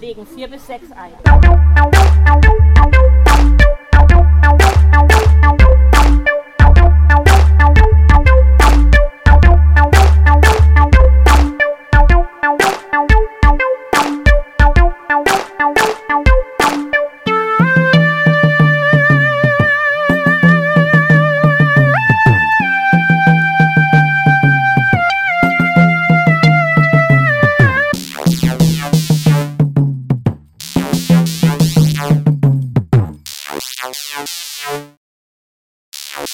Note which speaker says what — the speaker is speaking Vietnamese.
Speaker 1: so vier bis sechs Eier.